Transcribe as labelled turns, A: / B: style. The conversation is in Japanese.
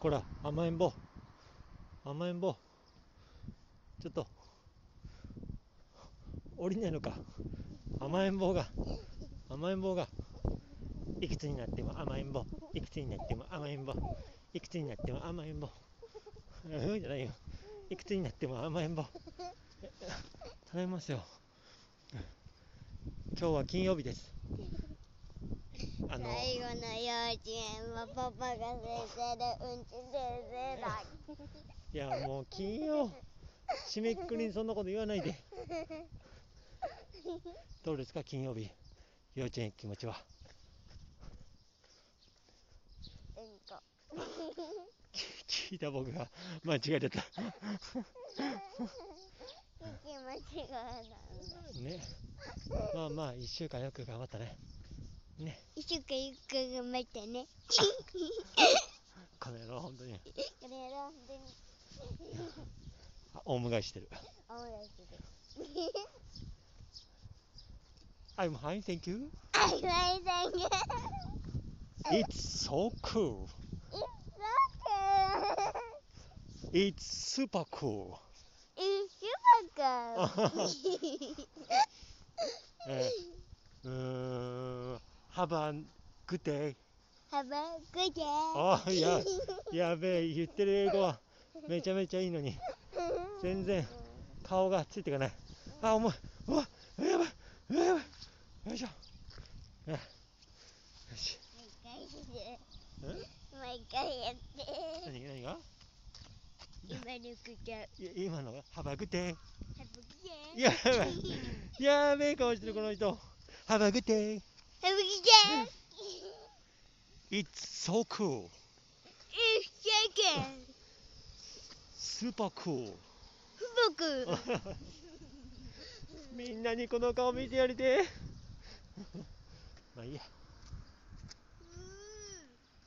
A: こら、甘えん坊。甘えん坊。ちょっと。降りないのか。甘えん坊が。甘えん坊が。いくつになっても甘えん坊。いくつになっても甘えん坊。いくつになっても甘えん坊。うんじゃないよ。いくつになっても甘えん坊。え頼みますよ。今日は金曜日です。あ
B: 最
A: の。
B: 後の幼稚園はパパが先生でうんち先生だ
A: いやもう金曜締めくくりにそんなこと言わないでどうですか金曜日幼稚園行く気持ちは
B: うんこ
A: 聞いた僕が間違えちゃった
B: 気持ちがある
A: ねまあまあ1週間よく頑張ったね
B: 一週間一回頑張ってね
A: この野郎本当に
B: これは本当に
A: あオウム返ししてる
B: おもろいけど
A: I'm fine thank you
B: あ いまいさんが
A: It's so cool
B: いっそ
A: It's super
B: か
A: cool
B: いっそか
A: えーうーん Have a good day
B: はばくじゃ
A: あいややべえ、言ってる英語はめちゃめちゃいいのに、全然顔がついていかない。あ、重い。うわ、やばい、うわやばい。よいしょ。あよし。
B: 毎回やって
A: 何が何が
B: 今のくじゃはい
A: や今のが、ハバグテ
B: ばくじゃ
A: やばい。やべえ顔してる、この人。ハバグテ
B: はぶきちゃん。
A: It's so cool.
B: 一週間。
A: Super cool.
B: 僕。は
A: みんなにこの顔見てやりてえ。まあいいや。